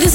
this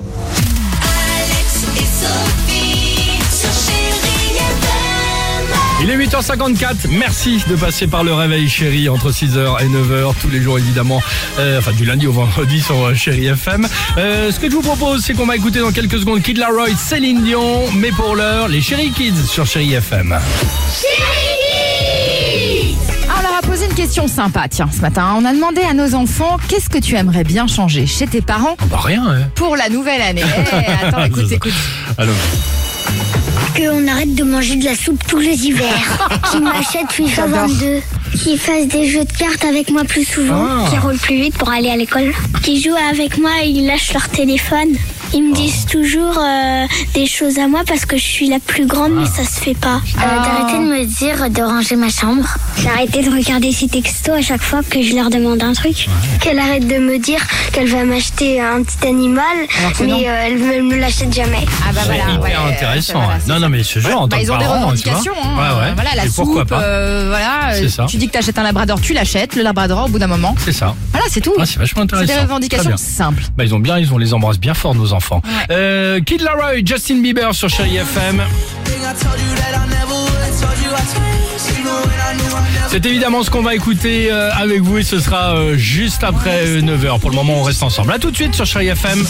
Alex et Sophie sur Chéri FM. Il est 8h54, merci de passer par le réveil chéri entre 6h et 9h tous les jours évidemment, euh, enfin du lundi au vendredi sur euh, chéri FM. Euh, ce que je vous propose c'est qu'on va écouter dans quelques secondes Kid Laroi, Céline Dion, mais pour l'heure les chéri kids sur chéri FM. Oh, Alors, Ah, on leur a posé une question sympa, tiens, ce matin. On a demandé à nos enfants qu'est-ce que tu aimerais bien changer chez tes parents Bah rien hein. pour la nouvelle année. Eh, attends, Ah, écoute, écoute. Alors, qu'on arrête de manger de la soupe tous les hivers. Qui m'achète FIFA 22. Qui fasse des jeux de cartes avec moi plus souvent. Ah. Qui roule plus vite pour aller à l'école. Qui joue avec moi et ils lâchent leur téléphone. Ils Oh. me disent toujours euh, des choses à moi parce que je suis la plus grande, mais Ah. ça se fait pas. D'arrêter de me dire de ranger ma chambre. D'arrêter de regarder ses textos à chaque fois que je leur demande un truc. Qu'elle arrête de me dire qu'elle va m'acheter un petit animal, mais euh, elle ne me l'achète jamais. Ah bah voilà. c'est hyper ouais, euh, intéressant. hein. ça, voilà, c'est non ça. non mais ce genre en Bah, tant ils que ont des parent, tu vois. revendications. hein. Ouais, ouais. Voilà, la Et pourquoi soupe, pas euh, voilà. C'est euh, ça. Tu dis que t'achètes un labrador, tu l'achètes. Le labrador, au bout d'un moment. C'est ça. Voilà, c'est tout. Ah, c'est vachement c'est des intéressant. Très revendications bien. simples. Bah ils ont bien, ils ont les embrasse bien fort nos enfants. Euh, Kid Laroi, Justin Bieber sur Chéri FM. C'est évidemment ce qu'on va écouter euh, avec vous et euh, ce sera euh, juste après 9h. Pour le moment, on reste ensemble. À tout de suite sur Chéri FM.